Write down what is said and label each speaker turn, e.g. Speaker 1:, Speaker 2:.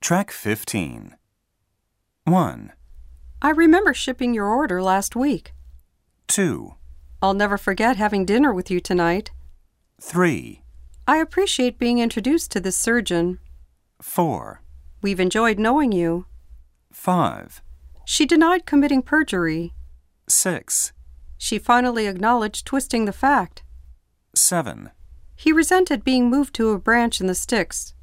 Speaker 1: Track 15. 1,
Speaker 2: I remember shipping your order last week.
Speaker 1: 2,
Speaker 2: I'll never forget having dinner with you tonight.
Speaker 1: 3,
Speaker 2: I appreciate being introduced to this surgeon.
Speaker 1: 4,
Speaker 2: We've enjoyed knowing you.
Speaker 1: 5,
Speaker 2: She denied committing perjury.
Speaker 1: 6,
Speaker 2: She finally acknowledged twisting the fact.
Speaker 1: 7.
Speaker 2: He resented being moved to a branch in the sticks.